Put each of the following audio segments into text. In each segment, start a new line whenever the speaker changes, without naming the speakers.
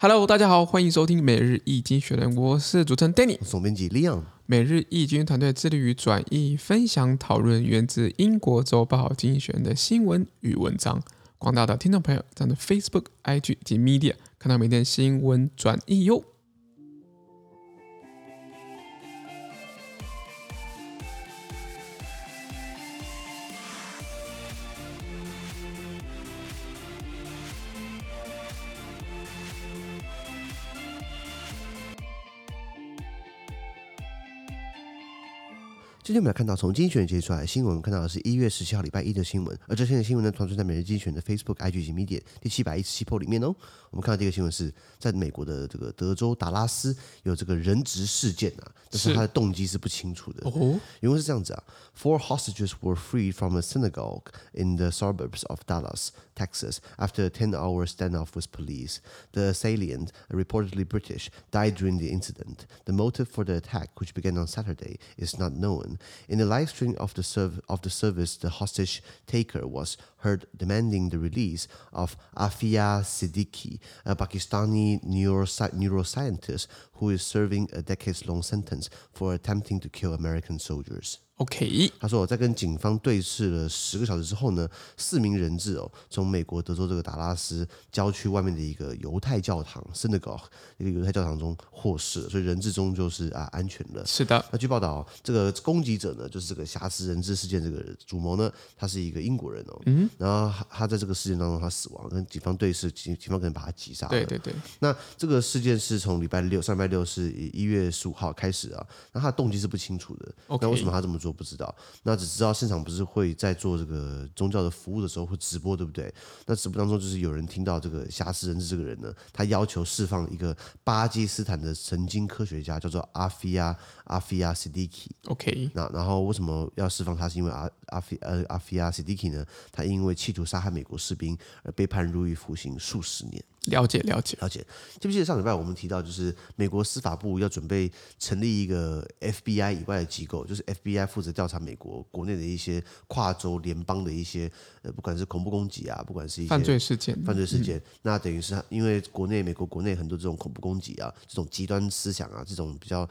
Hello，大家好，欢迎收听每日易经学人，我是主持人 Danny。
总编辑 Leon，
每日易经团队致力于转译、分享、讨论源自英国周报精选的新闻与文章。广大的听众朋友，在我们的 Facebook、IG 及 Media 看到每天新闻转译哟。
今天我们来看到从精选截出来的新闻，我们看到的是一月十七号礼拜一的新闻，而这篇新闻呢，传出在每日精选的 Facebook、IG 及 Media 第七百一十七 p 里面哦。我们看到这个新闻是在美国的这个德州达拉斯有这个人质事件啊，但是
是
它的动机是不清楚的。
哦，
因为是这样子啊，four hostages were freed from a synagogue in the suburbs of Dallas, Texas, after a 10-hour standoff with police. The assailant, reportedly British, died during the incident. The motive for the attack, which began on Saturday, is not known. In the live stream of the serv- of the service, the hostage taker was heard demanding the release of Afia Siddiqui, a Pakistani neurosci- neuroscientist who is serving a decades-long sentence for attempting to kill American soldiers.
OK，
他说，在跟警方对峙了十个小时之后呢，四名人质哦，从美国德州这个达拉斯郊区外面的一个犹太教堂 synagogue 一个犹太教堂中获释了，所以人质终究是啊安全了。
是的，
那据报道，哦这个攻击者呢，就是这个挟持人质事件这个主谋呢，他是一个英国人哦。嗯，然后他他在这个事件当中他死亡，跟警方对峙，警警方可能把他击杀了。
对对对，
那这个事件是从礼拜六，上礼拜六是一月十五号开始啊。那他的动机是不清楚的
OK
那为什么他这么做不知道？那只知道现场不是会在做这个宗教的服务的时候会直播，对不对？那直播当中就是有人听到这个挟持人质这个人呢，他要求释放一个巴基斯坦的神经科学家，叫做阿菲亚阿菲亚 Siddiqui。
OK，
那然后为什么要释放他？是因为阿阿菲呃阿菲亚 Siddiqui 呢？他因为企图杀害美国士兵而被判入狱服刑数十年。
了解了解，
了解，记不记得上礼拜我们提到，就是美国司法部要准备成立一个 FBI 以外的机构，就是 FBI 负责调查美国国内的一些跨州联邦的一些，呃，不管是恐怖攻击啊，不管是一些
犯罪事嗯件，
犯罪事件，那等于是他因为国内美国国内很多这种恐怖攻击啊，这种极端思想啊，这种比较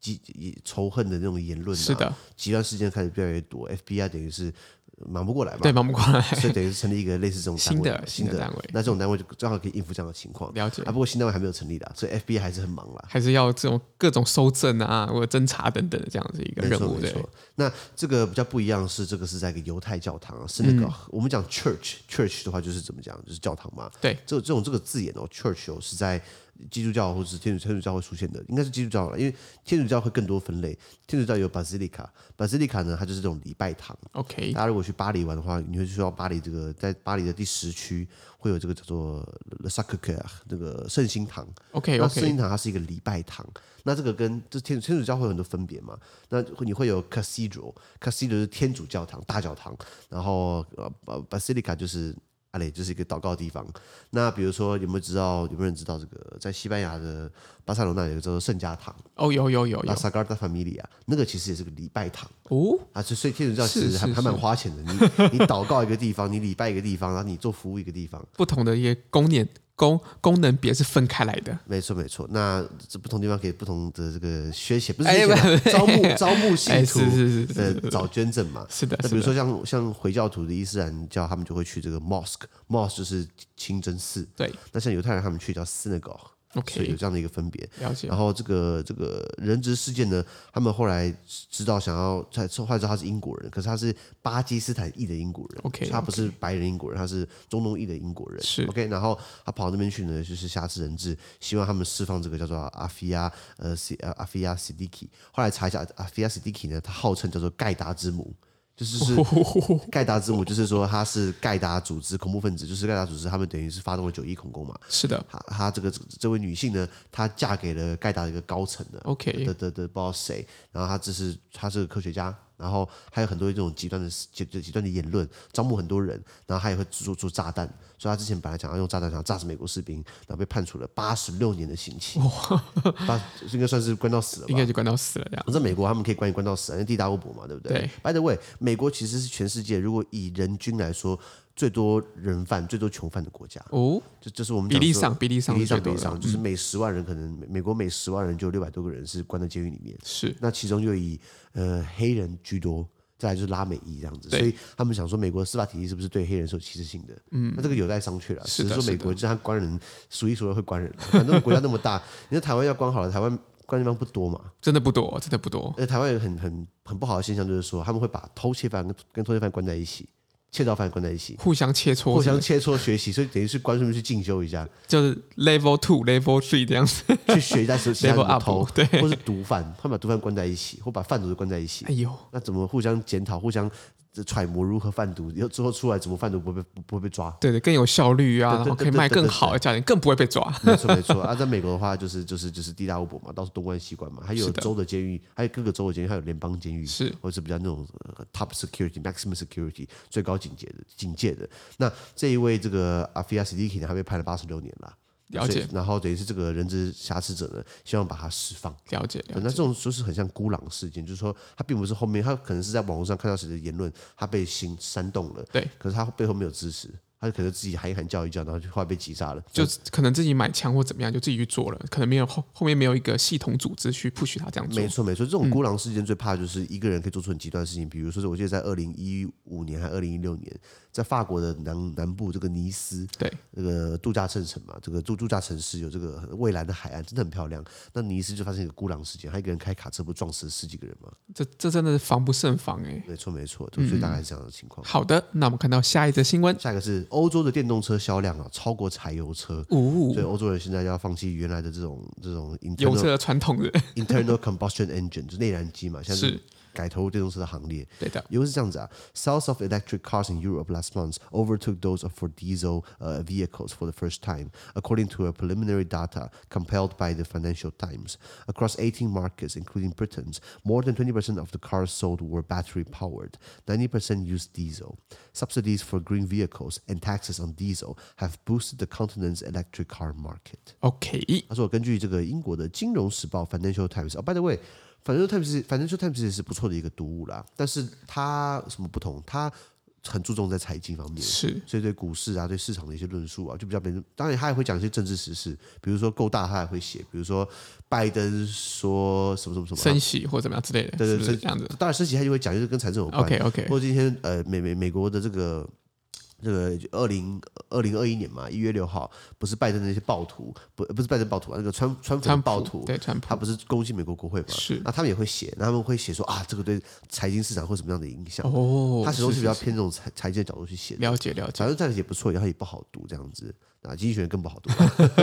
激仇恨的那种言论、啊，
是的，
极端事件开始越来越多，FBI 等于是呃忙不过来嘛，
对，忙不过来，
所以等于是成立一个类似这种单
新
位
的新的单位，
那这种单位就正好可以应付这样的情况。
了解
啊，，不过新单位还没有成立的，所以 FBI 还是很忙啦。
还是要这种各种搜证啊，或者侦查等等的这样子一个
没
任
错
务，
没
对
错，那这个比较不一样是，这个是在一个犹太教堂啊，是那个、
嗯
我们讲 church church 的话就是怎么讲，就是教堂嘛。
对，
这这种这个字眼哦，church 哦是在基督教或是天主天主教会出现的，应该是基督教了，因为天主教会更多分类，天主教有 basilica，basilica 呢它就是这种礼拜堂，
，OK，
大家如果去巴黎玩的话，你会去到巴黎这个，在巴黎的第十区会有这个叫做 Le Sacré-Cœur 这个圣心堂。
OK
那圣
OK，
心堂它是一个礼拜堂，那这个跟这天天主教会有很多分别嘛。那你会有 Cathedral，Cathedral 是天主教堂大教堂，然后呃呃 Basilica 就是。阿雷就是一个祷告的地方。那比如说，有没有知道？有没有人知道这个？在西班牙的巴塞罗那有一个叫做圣家堂
哦，有有有有
，La，Sagrada Familia，那个其实也是个礼拜堂。
哦，
啊，所以所以天主教其
是
实还
是
还蛮花钱的。你你祷告一个地方，你礼拜一个地方，然后你做服务一个地方，
不同的一些功能功功能别是分开来的。
没错没错。那这不同地方给不同的这个学习，不是
哎
学
不
习
不
啊招募招募
哎
信徒
是是是
的找捐赠嘛。
是的，
那
是
比如
的，
说像像回教徒的伊斯兰教，他们就会去这个 mosque，mosque 就是清真寺。
对
那像犹太人他们去叫 synagogue，所以有
，OK，
这样的一个分别。
了解
然后这个这个人质事件呢，他们后来知道想要才后来知道他是英国人，可是他是巴基斯坦裔的英国人
OK，
所以他不是白人英国人，他是中东裔的英国人。
是
OK，然后他跑到那边去呢，就是挟持人质，希望他们释放这个叫做阿菲亚呃西呃阿菲亚 Siddiqui。后来查一下，阿菲亚 Siddiqui 呢，他号称叫做盖达之母。就是是
哦
盖达之母，就是说他是盖达组织恐怖分子，就是盖达组织他们等于是发动了九一恐攻嘛，
是的
她她这个这位女性呢，她嫁给了盖达的一个高层的
，OK，
的的的不知道谁，然后她这是她是个科学家，然后还有很多这种极端的极极端的言论，招募很多人，然后她也会制作做炸弹，所以她之前本来想要用炸弹想要炸死美国士兵，然后被判处了八十六年的刑期，八应该算是关到死了吧
应。该就关到死了这样。
在美国，他们可以关你关啊到死，因为地大物博嘛，对不对
对
？By the way，美国其实是全世界如果以人均来说最多人贩、最多囚犯的国家。
哦，
这这是我们
比例
讲说
上比例上
嗯比例
是最
上比
多嗯
例
的
上，就是每十万人可能美美国每十万人就有六百多个人是关在监狱里面。
是
那其中就以呃黑人居多，再来就是拉美裔这样子，所
对
以他们想说美国司法体系是不是对黑人是有歧视性的？嗯，那这个有待商榷了。
是
只
的
是说
是
美国就是他关人数一数二会关人，反正国家那么大，你说台湾要关好了，台湾关地方不多嘛。呃
真的不多，真的不多。
而且台湾有个很很很不好的现象就是说，他们会把偷窃犯跟跟偷窃犯关在一起，窃盗犯关在一起。
互相切磋，
互相切磋学习，所以等于是关顺便去进修一下，
就是 level two、level three 这样 子。
去学一下其他
Level
怎么
up，
偷，
对
或是毒贩，他们把毒贩关在一起，或把贩毒关在一起
哎。呦，？
那怎么互相检讨、互相揣摩如何贩毒，以后之后出来怎么贩毒不会被不不会被抓
对对，更有效率啊，
对对
然后可以
对对
卖
对对
更好的价钱，更不会被抓。
没错没 错啊，在美国的话就是就是就是地大物博嘛，到处东关西关嘛，还有
是的
州的监狱，还有各个州的监狱，还有联邦监狱，
是
或者是比较那种、呃 top security、maximum security 最高警戒的警戒的。那这一位这个阿菲亚斯蒂克呢，他被判了八十六年啦。
了
所以
解，
然后等于是这个人质瑕疵者呢，希望把他释放。
了解，
对
了
那
解。
这种就是很像孤狼事件，就是说他并不是后面，他可能是在网络上看到谁的言论，他被行煽动了，
对，
可是他背后没有支持，他可能自己喊一喊叫一叫，然后就后来被击杀了，
就
嗯
可能自己买枪或怎么样，就自己去做了，可能没有后后面没有一个系统组织去 push 他这样做
没。错没错，这种
嗯
孤狼事件最怕就是一个人可以做出很极端的事情，比如说是我记得在二零一五年还二零一六年，在法国的南南部这个尼斯，
对，
这个度假胜城嘛，这个度度假城市有这个蔚蓝的海岸，真的很漂亮。那尼斯就发生一个孤狼事件，他一个人开卡车不撞死了十几个人嘛？
这这真的是防不胜防哎、
没错没错，对所以
嗯
大概是这样的情况。
好的，那我们看到下一则新闻，
下一个是欧洲的电动车销量啊，超过柴油车，
五、
所以欧洲人现在要放弃原来的这种这种
哦油
internal
车传统的，
internal combustion engine，就是内燃机嘛，现在
是
是改投入电动车的行列。
对的，
因为是这样子啊，sales of electric cars in Europe last month overtook those of for diesel uh, vehicles for the first time, according to a preliminary data compiled by the Financial Times. Across 18 markets, including Britain's, more than 20% of the cars sold were battery powered. 90% used diesel. Subsidies for green vehicles and taxes on diesel have boosted the continent's electric car market.
OK，
他说，根据这个英国的《金融时报》（Financial Times），哦，by the way。Financial Times Financial Times 也是不错的一个读物啦，但是它有什么不同？它很注重在财经方面，
是
所以对股市啊、对市场的一些论述啊，就比较没那么。当然，他也会讲一些政治时事，比如说够大，他也会写，比如说拜登说什么什么什么啊，
升息或怎么样之类的，
对
是
对
不
对
是这样子哦
当然升息他就会讲，就是跟财政有关。
？OK OK，
或者今天呃美美美国的这个这个二零二零二一年嘛，一月六号，不是拜登的那些暴徒，不不是拜登暴徒啊，那个川川普的
川普
暴徒，
对川
他
普
不是攻击美国国会嘛？
是
那他们也会写，那他们会写说啊，这个对财经市场会有什么样的影响？
哦，
他始终是比较
是
偏这种财财经的角度去写的。
了解了解
反正暂时也不错，然后也不好读这样子。啊，经济学人更不好读。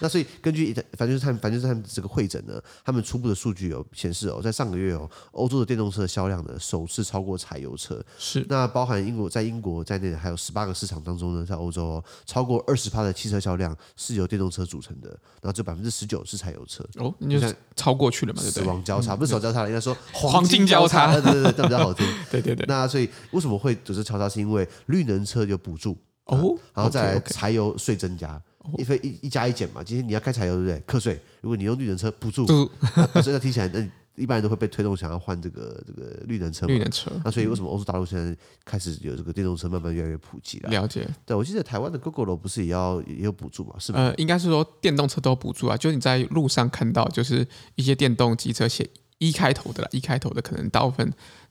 那所以根据反正他们反正他们这个会诊呢，他们初步的数据有显示哦，在上个月哦，欧洲的电动车的销量呢首次超过柴油车。
是
那包含英国在英国在内的还有十八个市场当中呢，在欧洲、哦、超过二十趴的汽车销量是由电动车组成的，然后只有百分之十九是柴油车。
哦，那就超过去了哎嘛，对
死
不对？
亡交叉不是死亡交叉，应该说
黄金交叉
黄金交对对对，这样比较好听。
对对对，
那所以为什么会组织交叉？是因为绿能车有补助，啊
哦，
然后再来
OK，OK
柴油税增加，一分一一加一减嘛。今天你要开柴油对不对？课税，如果你用绿能车补助，
就
那所以那听起来，那你一般人都会被推动想要换这个这个绿能车
绿
嘛。
能车，
那所以为什么欧洲大陆现在开始有这个电动车慢慢越来越普及了？啊
了解。
对，我记得台湾的 GoGo 楼不是也要也有补助嘛？是吧？
呃，应该是说电动车都有补助啊，就是你在路上看到，就是一些电动机车写一开头的啦，一开头的可能大部分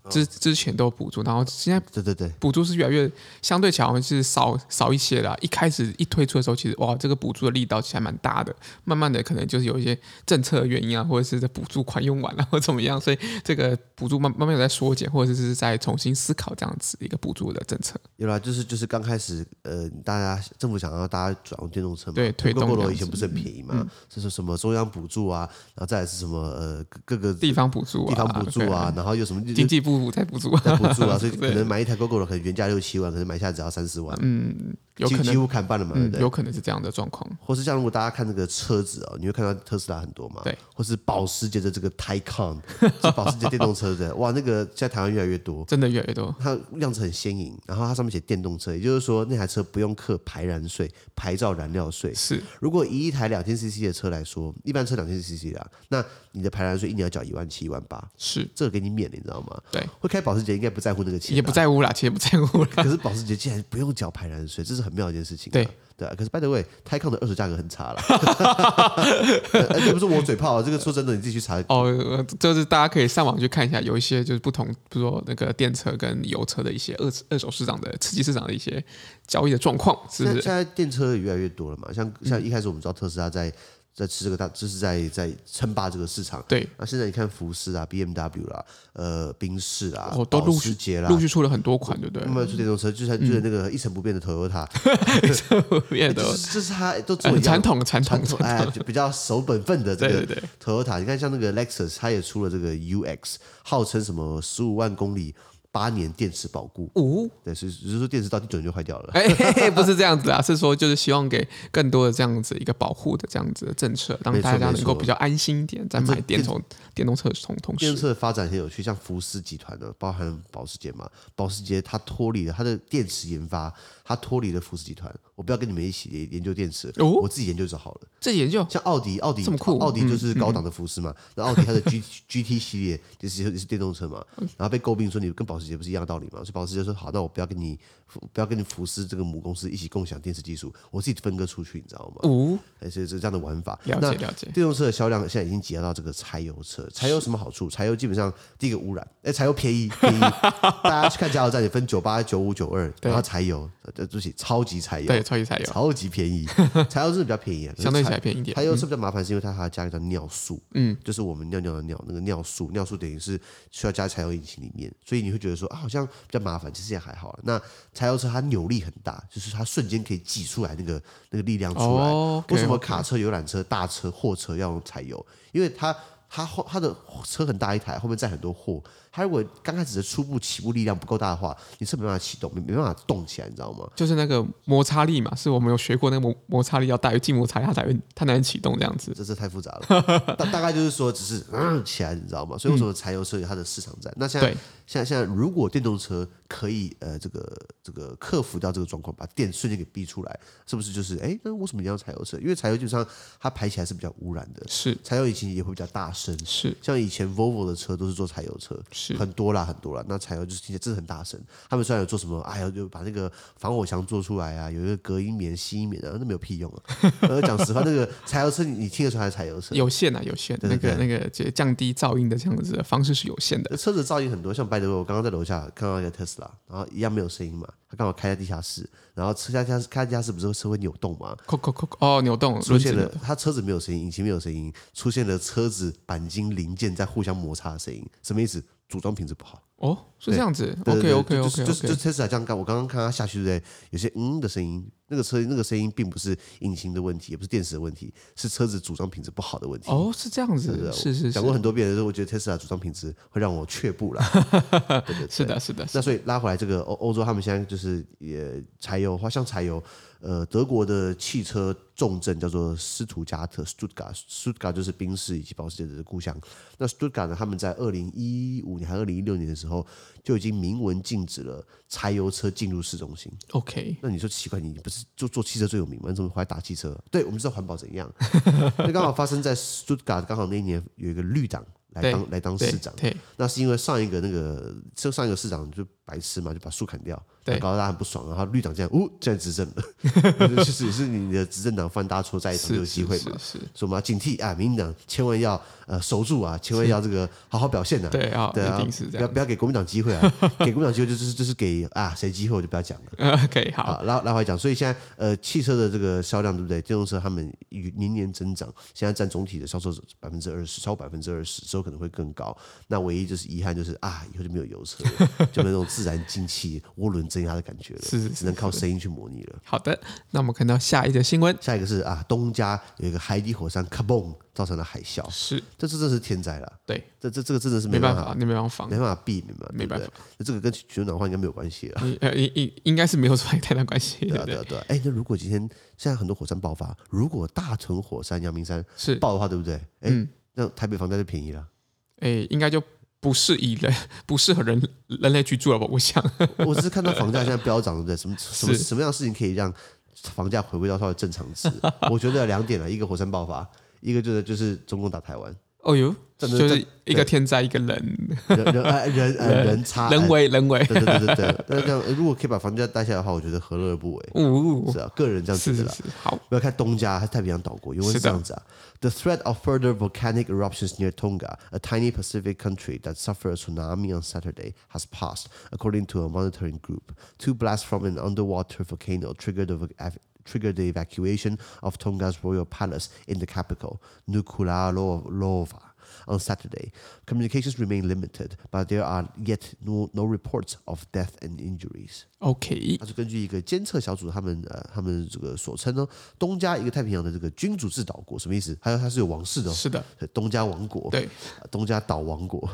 之
嗯
之前都有补助，然后现在
对对对，
补助是越来越相对起来好像是少少一些啦。一开始一推出的时候，其实哇，这个补助的力道其实还蛮大的。慢慢的，可能就是有一些政策的原因啊，或者是这补助款用完了或怎么样，所以这个补助慢慢慢有在缩减，或者是在重新思考这样子一个补助的政策。
有啦，就是就是刚开始，呃，大家政府想要大家转用电动车嘛，
对推动
g
这
o g
样
以前
子嗯
不是很便宜嘛，是说什么中央补助啊，然后再来是什么呃各各个
地方补助啊，
地方补助啊，然后又什么
对，经济部在补助啊，
再补助啊，所以可
对
能买一台 GoGo 可能原价六七万，可能买下来只要三四万，嗯，
有
几
可能
几乎砍半了嘛，对
嗯
不，对？
有可能是这样的状况。
或是像如果大家看这个车子哦，你会看到特斯拉很多嘛，
对，
或是保时捷的这个 Taycan，这保时捷电动车的，哇，那个在台湾越来越多，
真的越来越多，
它样子很鲜颖，然后它上面写电动车，也就是说那台车不用课排燃税、牌照燃料税。
是
如果以一台两千 CC 的车来说，一般车两千 CC 啦，那你的排燃税一年要缴一万七、一万八，
是，
这个给你免了，你知道吗？
对，
会开保时捷应该不在乎那个钱、啊，
也不在乎啦，其实也不在乎 啦。
可是保时捷竟然不用缴排燃税，这是很妙的一件事情、啊。
对
对啊，可是 by the way，泰康的二手价格 很差了，呃这不是我嘴炮、啊，这个说真的，你自己去查。
哦，呃就是大家可以上网去看一下，有一些就是不同，比如说那个电车跟油车的一些二二手市场的刺激市场的一些交易的状况，是
现
不是？
在
嗯
现在电车也越来越多了嘛，像像一开始我们知道特斯拉在在吃这个大，就是在在称霸这个市场。
对，
那现在你看福斯啊、B M W 啦、呃宾士啦、
哦都陆续
保时捷啊啦
陆，续出嗯了很多款，对不
那么出电动车，就像就是那个一成不变的 Toyota，
对？也
这
都
是这是它都做一
很
样
传
的
统，传统
传，统哎，就比较守本分的这
对对
个
对，
Toyota，你看像那个 Lexus，它也出了这个 UX，号称什么十五万公里、八年电池保固，
五。
对，所以只是说电池到第九年就坏掉了。
哎、嘿嘿不是这样子啊，是说就是希望给更多的这样子一个保护的这样子的政策，让
没错
大家
没
能够
错
比较安心一点，在
这
买电
电
动电动车的同同
电
时，
车的发展很有趣，像福斯集团的，包含保时捷嘛，保时捷它脱离了它的电池研发，它脱离了福斯集团。我不要跟你们一起研研究电池，
哦
我自己研究就好了。
这研究
像奥迪，奥迪
这么酷嗯
奥迪就是高档的福斯嘛，那、奥迪它的 G GT 系列就是也是电动车嘛，
嗯
然后被诟病说你跟保时捷不是一样的道理嘛，所以保时捷说好，那我不要跟你不要跟你福斯这个母公司一起共享电池技术，我自己分割出去，你知道吗？
五、
哎，所以是这样的玩法。
哦了
那
解了解，
电动车的销量现在已经挤压到这个柴油车，柴油有什么好处？柴油基本上第一个污染，哎，柴油便宜便 宜，大家去看加油站也分九八、九五、九二，
对
然后柴油，呃，对不起，超级柴油，
对，超级柴油
超级便宜， 柴油是比较便宜啊，
相对起
柴
来便宜一点
柴，油是比较麻烦，是因为它还要加一个叫尿素，嗯，就是我们尿尿的尿，那个尿素，尿素等于是需要加柴油引擎里面，所以你会觉得说啊，好像比较麻烦，其实也还好啦。那柴油车它扭力很大，就是它瞬间可以挤出来那个那个力量出来。
哦，OK，
为什么
OK
卡车、游览车、大车、货车要用柴油？因为它。它后它的车很大一台，后面载很多货。它如果刚开始的初步起步力量不够大的话，你是没办法启动，没没办法动起来，你知道吗？
就是那个摩擦力嘛，是我们有学过那个摩摩擦力要大于静摩擦力，它才会它才能启动这样子。
这这太复杂了，大大概就是说，只是嗯起来，你知道吗？所以为什么柴油车有它的市场在？那现在
嗯对
现在现在，如果电动车可以呃这个这个克服掉这个状况，把电瞬间给逼出来，是不是就是哎？那为什么一定要柴油车？因为柴油基本上它排起来是比较污染的，
是
柴油引擎也会比较大声。
是
像以前 Volvo 的车都是做柴油车，
是，
很多啦，很多啦。那柴油就是听起来真的很大声。他们虽然有做什么，哎呀，就把那个防火墙做出来啊，有一个隔音棉、吸音棉啊，那没有屁用啊。 呃，讲实话，那个柴油车你你听得出来是柴油车，
有限啊，有限。那
对
个
对
那个这降低噪音的这样子的方式是有限的。
那车子噪音很多。像白德威，我刚刚在楼下看到一个特斯拉，然后一样没有声音嘛，他刚好开在地下室，然后车下下开地下室不是车会扭动吗？
扣扣扣哦，扭动
出
轮子
现了
扭动，
它车子没有声音，引擎没有声音，出现了车子钣金零件在互相摩擦的声音，什么意思？组装品质不好。
哦，是这样子。
对
OK
对
OK
对就
OK
就是就
OK，
是 Tesla 这样干。我刚刚看它下去，对不对？有些嗯的声音，那个车那个声音并不是引擎的问题，也不是电池的问题，是车子组装品质不好的问题。
哦，是这样
对
子，
啊
是是是
讲，过很多遍的，我觉得 Tesla 组装品质会让我却步了。对对对
是的是的，
那所以拉回来，这个欧欧洲他们现在就是也柴油，花像柴油，呃，德国的汽车重镇叫做斯图加特 （Stuttgart），Stuttgart 就是宾士以及保时捷的故乡。那 Stuttgart 呢，他们在二零一五年还二零一六年的时候就已经明文禁止了柴油车进入市中心。
OK，
那你说奇怪，你不是做做汽车最有名吗？你怎么回来打汽车？对我们知道环保怎样，那刚好发生在 Stuttgart，刚好那一年有一个绿党来
对
当来当
对
市长。
对
那是因为上一个那个就上一个市长就白痴嘛，就把树砍掉，
对
搞得大家很不爽。然后绿党这样，哦，现在执政 了，就是也是你的执政党犯大错，在一党就是有机会
是
嘛。
是，
所以我们要警惕啊，民进党千万要呃守住啊，千万要这个好好表现啊。
对啊，
对
一
啊
定是，
不
这
要
样。
不要给国民党机会啊， 给国民党机会就是就是给啊谁机会我就不要讲了。
OK，好，
啊，拉拉回来讲，所以现在呃，汽车的这个销量，对不对？电动车他们与年年增长，现在占总体的销售百分之二十，超百分之二十，之后可能会更高。那唯一就是遗憾就是啊，以后就没有油车了，就没有那种自然进气、涡轮增压的感觉了，
是是是
只能靠声音去模拟了。
好的，那我们看到下一则新闻
下一个是啊，东加有一个海底火山 kaboom 造成了海啸，
是
这这这是天灾了，
对，
这这这个真的是
没
没
办
法
法，你没办法防
没，办法避免嘛，
没
对不
办
对？那这个跟全球暖化应该没有关系了。
你呃应应应该是没有 什么太大关系，
对
对
啊，
不
对
对？
啊，对啊。哎，那如果今天现在很多火山爆发，如果大屯火山、阳明山
是，嗯
爆的话，对不对？哎，那台北房价就便宜了。
哎，应该就不适宜人，不适合人人类居住了吧？我想，
我只是看到房价现在飙涨，对不对？什么什么
是
什么样的事情可以让房价回归到稍微正常 值？我觉得两点了，一个火山爆发，一个就是就是中共打台湾，
哦哟，
真的
就是
真
一个天灾，一个人，
人人哎人哎人 差
人。为人为
哎，对对对对对，那这样如果可以把房价带下来的话，我觉得何乐而不为？
呜，
是啊，个人这样觉
是是
得啦。
是，好，
不要看东加，还是太平洋岛国，原文是
是的
这样子啊。The threat of further volcanic eruptions near Tonga, a tiny Pacific country that suffered a tsunami on Saturday, has passed, according to a monitoring group. Two blasts from an underwater volcano triggered the vo- ev- triggered the evacuation of Tonga's royal palace in the capital, Nuku'alofa. On Saturday, communications remain limited, but there are yet no, no reports of death and injuries.
OK，
它是根据一个监测小组他们呃他们这个所称呢，东加一个太平洋的这个君主制岛国，什么意思？还有它是有王室的、哦，
是的，
东加王国，
对，
呃东加岛王 国。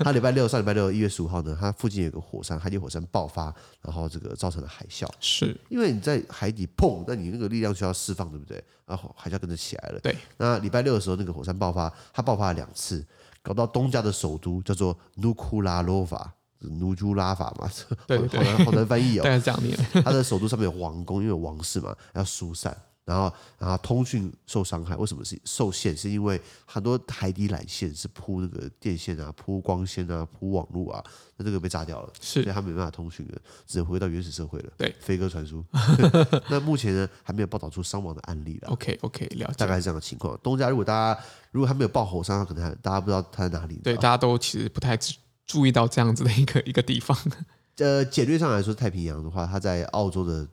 它礼拜六上礼拜六一月十五号呢，它附近有个火山，海底火山爆发，然后这个造成了海啸。
是
因为你在海底碰，那你那个力量需要释放，对不对？然后海啸跟着起来了。
对。
那礼拜六的时候，那个火山爆发，它爆发了两次，搞到东加的首都叫做努库拉洛法，努朱拉法嘛，
对对对
好难好难翻译哦
大。概是这样念的，
他的首都上面有王宫，因为有王室嘛，要疏散。然后，然后通讯受伤害，为什么是受限？是因为很多海底缆线是铺那个电线啊、铺光纤啊、铺网络啊，那这个被炸掉了，所以
是
他没办法通讯了，只能回到原始社会了。
对
飞鸽传书。那目前呢，还没有报道出伤亡的案例啦。
OK OK，了解。
大概是这样的情况。东家如果大家如果还没有爆火山，可能还大家不知道它在哪里。
对，大家都其实不太注注意到这样子的一个一个地方，
呃，简略上来说，太平洋的话，它在澳洲的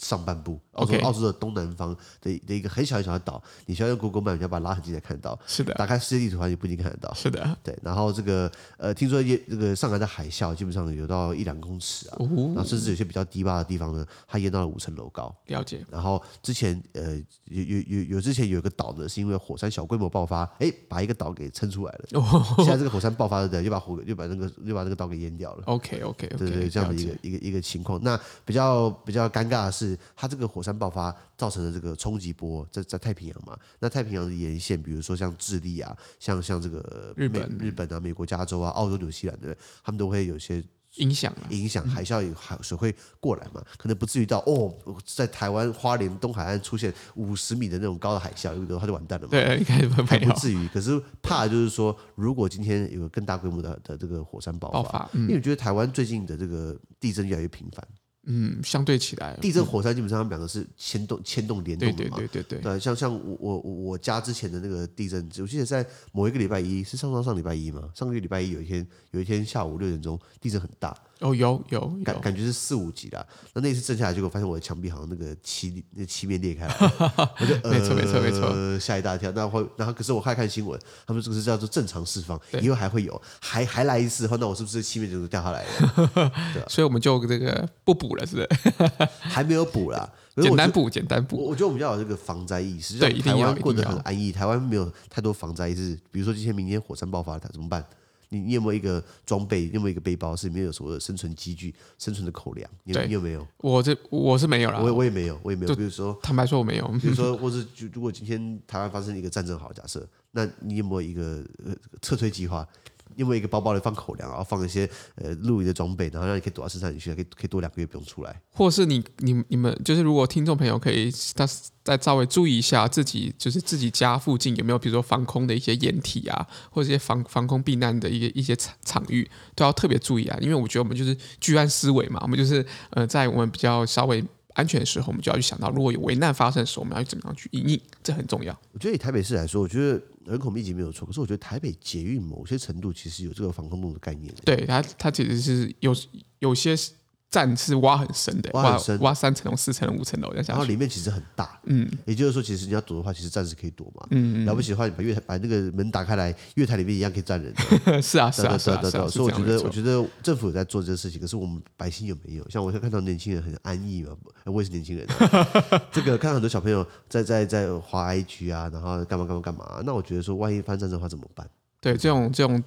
上半部，澳洲
OK
澳洲的东南方的的一个很小很小的岛，你需要用 Google Map 你要把它拉很近才看得到，
是的，
打开世界地图它也不一定看得到。
是的，
对，然后这个呃，听说也这个上海的海啸基本上有到一两公尺啊，然后
哦，
甚至有些比较低洼的地方呢，它淹到了五层楼高。
了解，
然后之前呃有有有有之前有一个岛呢，是因为火山小规模爆发，哎，把一个岛给撑出来了。现
哦
在这个火山爆发的，又把火又把那个又把那个岛给淹掉了。
，OK OK
对
OK，
对，这样的一个一个一个情况。那比较比较尴尬的是，它这个火山爆发造成的这个冲击波在在太平洋嘛，那太平洋的沿线，比如说像智利啊，像像这个
日
美
本
日本啊、美国加州啊、澳洲、纽西兰的，他们都会有些
影响啊了，
影响，海啸也海水会过来嘛，可能不至于到哦，在台湾花莲东海岸出现五十米的那种高的海啸，因为它就完蛋了嘛。
对，应该不
还
没
不
有
至于，可是怕的就是说，如果今天有个更大规模的的这个火山爆
爆
发，
发，
因
嗯
为我觉得台湾最近的这个地震越来越频繁，
嗯，相对起来，
地震、火山基本上他们两个是牵动、牵动、联动
对对
的嘛。
对对对，
对，像像我我我我家之前的那个地震，我记得在某一个礼拜一，是上上上礼拜一嘛，上个月礼拜一有一天有一天下午六点钟地震很大，
哦，有有
感
有，
感觉是四五级啦。那那次震下来，结果发现我的墙壁好像那个漆那个漆面裂开了，我就呃
没错没错没错
吓一大跳。那会然后可是我看看新闻，他们这个是叫做正常释放，
对
以后还会有，还还来一次的话，那我是不是漆面就掉下来了？
所以我们就这个不补了，是不是？
还没有补 啦，可是
简
我
单补，简单
我
补，
我觉得我们要有这个防灾意识，
对
就
一
像
定
台
要
湾
一定
过得很
要
安逸，台湾没有太多防灾意识。比如说今天明天火山爆发了，它怎么办？你你有没有一个装备？你有没有一个背包是里面有所谓的生存机具、生存的口粮？你有
对
你有没有？
我这我是没有啦
我，也我也没有，我也没有。比如说，
坦白说我没有，
比如说，或是就如果今天台湾发生一个战争，好，假设，那你有没有一个呃撤退计划？你有没有一个包包里放口粮，然后放一些呃露营的装备，然后让你可以躲到深山里去，可以可以多两个月不用出来？
或是你你你们就是如果听众朋友可以，但是再稍微注意一下自己，就是自己家附近有没有比如说防空的一些掩体啊，或者一些防防空避难的一些一些场场域，都要特别注意啊，因为我觉得我们就是居安思危嘛，我们就是呃在我们比较稍微安全的时候，我们就要去想到如果有危难发生的时候，我们要去怎么样去应应，这很重要。
我觉得以台北市来说，我觉得人口密集没有错，可是我觉得台北捷运某些程度其实有这个防空洞的概念。
对它它其实是有有些站是挖很深的，
挖
挖
很深哦
挖三层楼、四层楼、五层楼这样
然
下
后
去。
里面其实很大，嗯，也就是说，其实你要躲的话，其实站是可以躲嘛，嗯，了不起的话，你把月台把那个门打开来，月台里面一样可以站人的，
是啊， 是
对
啊，
对
是
对
啊，
对
是啊。
对，
是
所以我
这样
觉
没
得，
错
我觉得政府有在做这件事情，可是我们百姓有没有？像我现在看到年轻人很安逸嘛，呃我也是年轻人啊、 这个看到很多小朋友在在在滑 IG 啊，然后干嘛干嘛干嘛，那我觉得说，万一发生战争的话怎么办？
对这种这种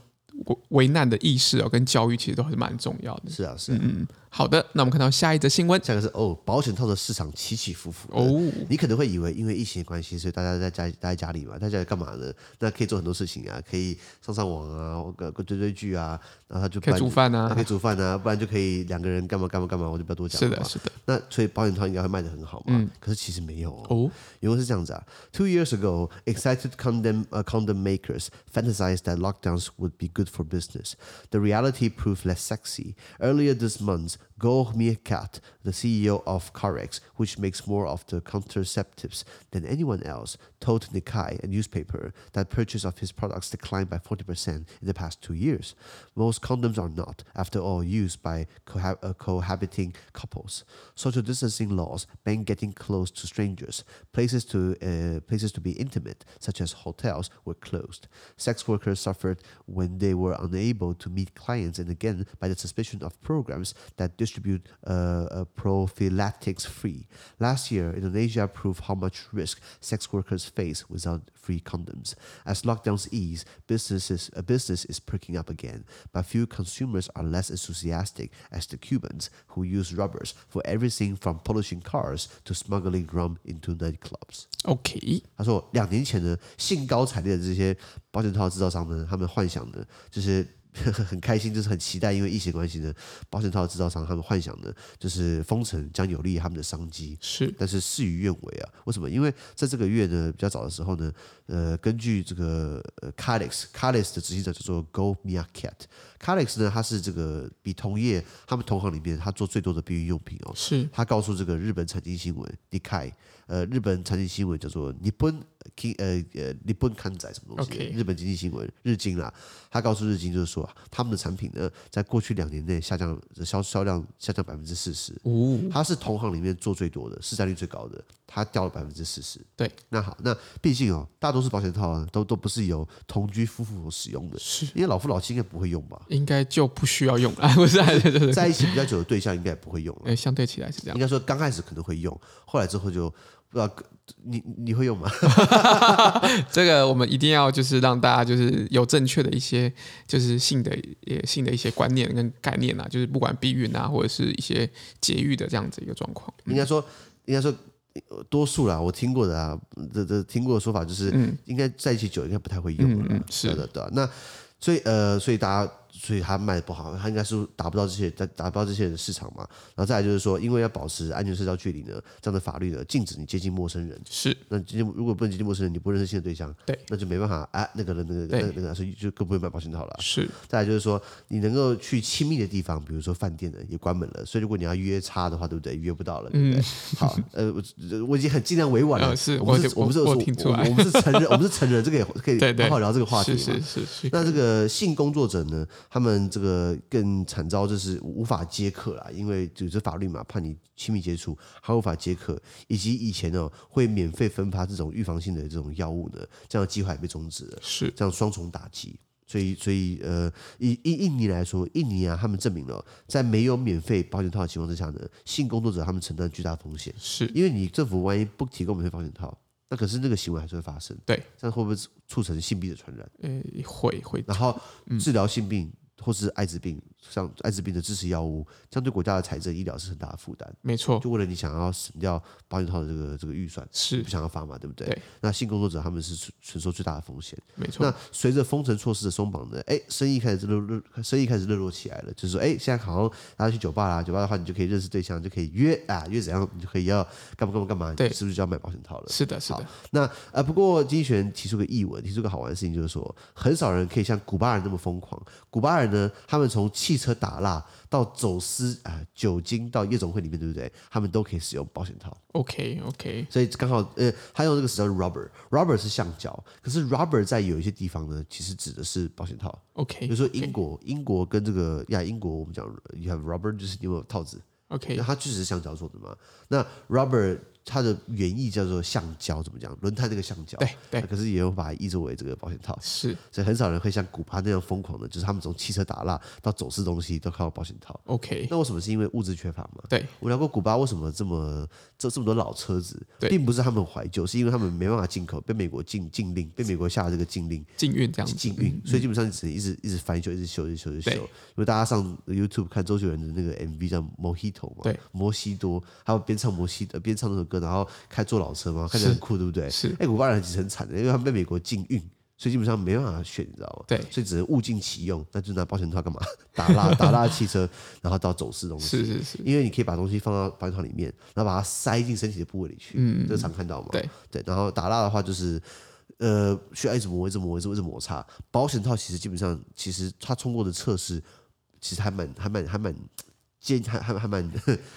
危危难的意识哦，跟教育其实都还是蛮重要的。
是啊，是啊。
嗯，好的，那我们看到下一则新闻
下一个是哦，保险套的市场起起伏伏的
哦，
你可能会以为因为疫情的关系，所以大家在家待在家里嘛，待在家里干嘛呢？那可以做很多事情啊，可以上上网啊，我个追追剧啊，然 后他就
可以
不然
煮饭
啊
啊
可以，煮饭啊，不然就可以两个人干嘛干嘛干嘛，我就不要多讲
是
了
的，
嘛
是的，
那所以保险套应该会卖得很好嘛？可是其实没有哦。
哦，
原文是这样子啊，Two years ago, excited condom、uh, condom makers fantasized that lockdowns would be good for business. The reality proved less sexy. Earlier this month, Goh Kat, the CEO of Carex, which makes more of the contraceptives than anyone else, told Nikkei, a newspaper, that purchase of his products declined by 40% in the past two years. Most condoms are not, after all, used by cohab- uh, cohabiting couples. Social distancing laws ban getting close to strangers. Places to uh, places to be intimate, such as hotels, were closed. Sex workers suffered when they were unable to meet clients, and again by the suspicion of programs that distribute uh, uh, prophylactics free. Last year, Indonesia proved how much risk sex workers face without free condoms. As lockdowns ease, businesses uh, business is perking up again, but few consumers are less enthusiastic as the Cubans who use rubbers for everything from polishing cars to smuggling rum into nightclubs.
OK，
他说，两年前呢，兴高采烈的这些保险套制造商呢，他们幻想的就是 很开心，就是很期待，因为疫情关系呢，保险套制造商他们幻想的就是封城将有利于他们的商机。
是
但是事与愿违啊，为什么？因为在这个月呢，比较早的时候呢，呃，根据这个呃 Calix Calix 的执行长叫做 Go Miacat，Calix 呢，他是这个比同业他们同行里面他做最多的避孕用品哦，
是
他告诉这个日本财经新闻 n i k a i 呃，日本财经新闻叫做日本 K 呃呃日本刊仔什么东西
OK
日本经济新闻日经啦，他告诉日经就是说啊，他们的产品呢，在过去两年内下降销销量下降百分之四十，
哦，
它是同行里面做最多的，市占率最高的，它掉了百分之四十。
对，
那好，那毕竟哦，大多数保险套啊，都都不是由同居夫妇所使用的，
是，
因为老夫老妻应该不会用吧
应该就不需要用了， 不是啊？对对对，
在一起比较久的对象应该也不会用啊了。
哎，相对起来是这样
应。该说刚开始可能会用，后来之后就不知道你你会用吗？
这个我们一定要就是让大家就是有正确的一些就是性的也性的一些观念跟概念啊，就是不管避孕啊或者是一些节育的这样子一个状况。
应该说应该说呃多数啦，我听过的啊，这这听过的说法就是，应该在一起久应该不太会用了啦，
嗯嗯嗯是
对的对啊那所以呃，所以大家。所以他卖的不好，他应该是达不到这些达达不到这些人的市场嘛。然后再来就是说，因为要保持安全社交距离呢，这样的法律呢禁止你接近陌生人。
是
那今天如果不能接近陌生人，你不认识新的对象，
对，
那就没办法啊，那个人那个那个那个，所以就更不会买保险套了啊。
是
再来就是说，你能够去亲密的地方，比如说饭店的也关门了，所以如果你要约叉的话，对不对？
嗯
约不到了，对不对？好，呃，我我已经很尽量委 婉了。
呃是
我们
我
是，我们是，
我
我
我听出来
我们是 成人，我们是成人，这个也可以
对对
好好聊这个话题
是
嘛。
是是是，
那这个性工作者呢，他们这个更惨遭就是无法接客啦，因为就是法律嘛，判你亲密接触，还无法接客，以及以前哦会免费分发这种预防性的这种药物呢，这样的计划也被终止了。
是
这样双重打击。所以，所以，呃，以印印尼来说，印尼啊，他们证明了，在没有免费保险套的情况之下呢，性工作者他们承担巨大风险，
是
因为你政府万一不提供免费保险套，那可是那个行为还是会发生，
对，
这样会不会促成性病的传染？
呃会会
然后
嗯
治疗性病或是艾滋病，像艾滋病的支持药物，这样对国家的财政医疗是很大的负担。
没错
就为了你想要省掉保险套的这个这个预算，
是
不想要发嘛，对不对？
对
那性工作者他们是承承受最大的风险。
没错
那随着封城措施的松绑呢，哎，生意开始热热，生意开始热络起来了。就是说，哎，现在好像大家去酒吧啦，酒吧的话，你就可以认识对象，就可以约啊，约怎样，你就可以要干嘛干嘛干嘛，
对
是不是就要买保险套了？
是的是
好
的，
那呃，不过金璇提出个译文，提出个好玩的事情，就是说，很少人可以像古巴人那么疯狂。古巴人呢，他们从汽车打蜡到走私啊、酒精到夜总会里面，对不对？他们都可以使用保险套。
OK OK
所以刚好，呃，他用这个词叫 rubber，rubber 是橡胶，可是 rubber 在有一些地方呢，其实指的是保险套。比
OK，
如说英国，英国跟这个呀，英国我们讲 you have rubber 就是你有没有套子，
OK，
那它就只是橡胶做的嘛。那 rubber 它的原意叫做橡胶，怎么讲？轮胎那个橡胶，啊
对对
可是也有把它译作为这个保险套，
是
所以很少人会像古巴那样疯狂的，就是他们从汽车打蜡到走私东西都靠保险套。
OK，
那为什么是因为物质缺乏嘛？
对，
我聊过古巴为什么这么这这么多老车子，
对
并不是他们怀旧，是因为他们没办法进口，被美国禁禁令，被美国下了这个禁令，
禁运这样子嗯
禁运，所以基本上只能一直一直翻修，一直修，一直修，一直
对
修。因为大家上 YouTube 看周杰伦的那个 MV 叫《Mojito》嘛，
对，
摩西多，他有边唱摩西呃边唱那首歌，然后开坐老车嘛，看起来很酷，对不对？
是
哎、古巴人其实很惨的，因为他们被美国禁运。所以基本上没办法选，你知道吗？
对
所以只能物尽其用，那就拿保险套干嘛？ 打蜡、打蜡汽车，然后到走私东西。
是是是，
因为你可以把东西放到保险套里面，然后把它塞进身体的部位里去，这个常看到嘛。
嗯对
然后打蜡的话就是，呃，需要一直磨，一直磨，一直一直摩擦。保险套其实基本上，其实它通过的测试，其实还蛮还蛮还蛮坚，还还还蛮，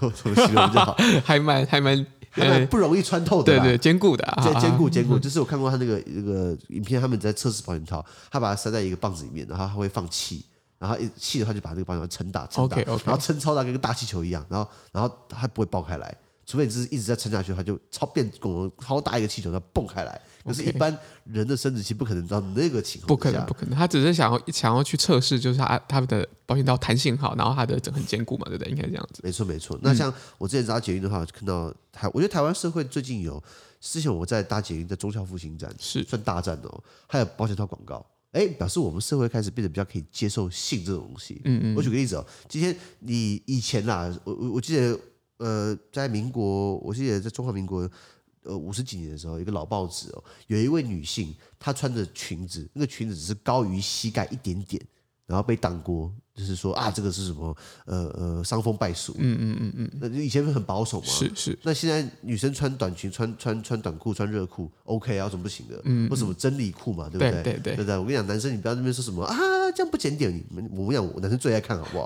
我怎么形容比 较好？
还蛮还蛮
还
呃
蛮，不容易穿透的
对
啦。
对，坚固的啊，
在坚
啊
固坚固，就是我看过他那个那个影片，他们在测试保险套，他把它塞在一个棒子里面，然后他会放气，然后一气的话就把这个保险套撑大撑大
OK，OK
然后撑超大跟个大气球一样，然后然后它不会爆开来，除非你就是一直在撑下去，它就超变拱超大一个气球，它蹦开来。可是，一
OK
般人的生殖器不可能到那个情况，
不可能，不可能，他只是想要想要去测试，就是他他们的保险套弹性好，然后它的整很坚固嘛，对不对？应该这样子。
没错没错。那像我之前搭捷运的话，看到台，我觉得台湾社会最近有，之前我在搭捷运，在忠孝复兴站
是
算大站哦，还有保险套广告。哎，表示我们社会开始变得比较可以接受性这种东西。嗯嗯，我举个例子哦，今天你以前啦，我我我记得，呃，在民国，我记得在中华民国，呃，五十几年的时候，一个老报纸哦，有一位女性，她穿着裙子，那个裙子只是高于膝盖一点点，然后被当锅，就是说啊，这个是什么？呃呃，伤风败俗。嗯嗯嗯嗯，那以前很保守嘛。
是是，
那现在女生穿短裙、穿穿穿短裤、穿热裤，OK 啊，有什么不行的？嗯，或什么真理裤嘛，对不
对
对？
对对
对我跟你讲，男生你不要在那边说什么啊，这样不检点，你们我跟你讲，我男生最爱看好不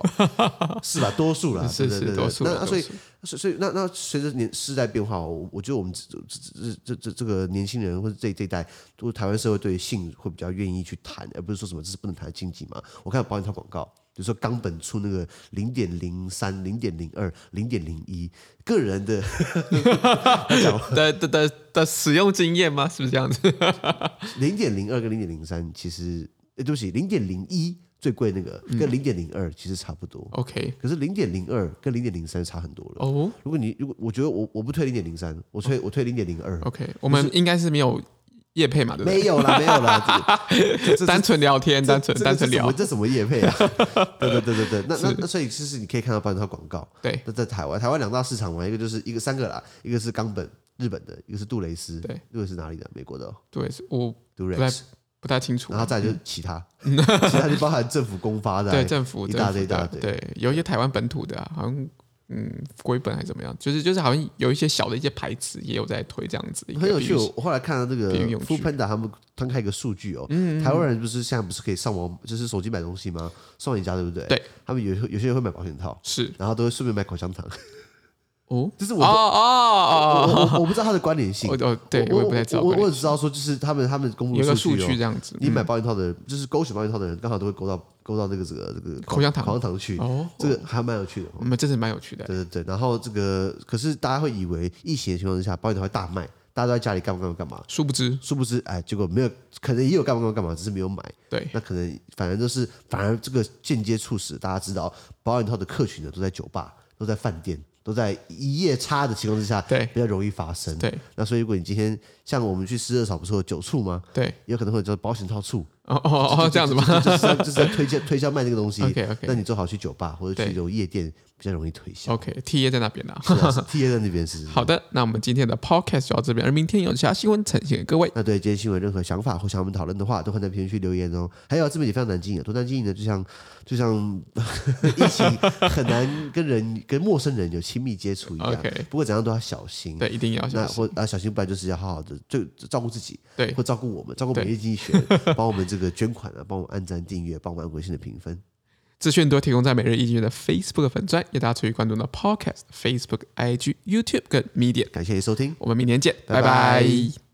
好？是吧？多数啦，
是
啊对对
是
对对
多数
那
啦
那所以
多数
所以所以那那随着年世代变化，我我觉得我们这这这这这这个年轻人或者这这一代，都台湾社会对性会比较愿意去谈，而不是说什么这是不能谈的禁忌嘛。我看保险套广告。比如说冈本出那个零点零三、零点零二、零点零一，个人的
的的的的使用经验吗？是不是这样 子？
零点零二跟零点零三其实，呃，对不起，零点零一最贵那个
嗯
跟零点零二其实差不多，
OK，
可是零点零二跟零点零三差很多了。
哦
如果你如果我觉得我我不推零点零三，我推我推零点零二，
，OK，我们应该是没有业配嘛，对不
没有 啦没有啦，这
对？单纯聊天，单纯
这
单
这
纯
这什
聊
么，这什么业 配啊？对对对对对，那那那所以其实你可以看到半套广告，
对
那在台湾，台湾两大市场嘛，一个就是一个三个啦，一个是冈本日本的，一个是杜蕾斯，
对，
杜蕾斯哪里的？美国的哦
对，是我
杜
不
蕾
太
斯。
不太清楚
然。后再来就是其他，其他就包含政府公发的啊，
对政府
一大
政府
堆一大
的
堆。
对，有一些台湾本土的啊，好像嗯，归本还是怎么样，就是就是好像有一些小的一些牌子也有在推这样子的一个
很有
比喻
趣，我我后来看到这个
比喻用嗯具
Food Panda 他们摊开一个数据哦，台湾人不是现在不是可以上网，就是手机买东西吗？送到你家对不对？
对，
他们有有些人会买保险套，
是
然后都会顺便买口香糖，
哦
就是
哦
我我
哦哦
我我不知道它的关联性
哦，哦，对我
我
也不太知道
我
关于，
我只知道说就是他们他们公布
有
的
个数
据
据
哦
这样子，嗯
你买保险套的人，就是勾选保险套的人，刚好都会勾到勾到这个这个这个
口香糖
口香糖去，
哦，
这个还蛮有趣的哦。
我们真是蛮有趣的，
对对对，然后这个可是大家会以为疫情的情况之下，保险套会大卖，大家都在家里干嘛干嘛干嘛，
殊不知，
殊不知哎，结果没有，可能也有干嘛干嘛干嘛，只是没有买。
对，
那可能反正就是，反而这个间接促使大家知道，保险套的客群呢都在酒吧，都在饭店，都在一夜差的情况之下，
对
比较容易发生。
对，
那所以如果你今天像我们去湿热草不是有酒醋吗？
对，
也有可能会有叫保险套醋，
哦哦哦，这样子吗
就就是在就是在推销推销卖那个东西。
OK，OK
那你最好去酒吧或者去
对
这种夜店比较容易推销。
？OK，T A 在那边啦。
是 啊，是 T A 在那边是。是是
好的，那我们今天的 podcast 就到这边，而明天有其他新闻呈现给各位。
那对今天新闻有任何想法或想我们讨论的话，都欢迎在评论区留言哦。还有这边也非常难经营，多难经营呢，就像就像 一起很难跟人跟陌生人有亲密接触一样。
OK
不过怎样都要小心。
对，一定要小
嗯那
心。
或啊，小心不然就是要好好的就就照顾自己，
对
或照顾我们，照顾
对
每日经济学，帮我们这个捐款啊，帮我们按赞订阅，帮我们按微信的评分。
资讯都提供在每日易经的 Facebook 粉专，也大家持续关注我们的 podcast、Facebook、IG、YouTube 跟 Media。
感谢你的收听。
我们明年见，
拜
拜
拜
拜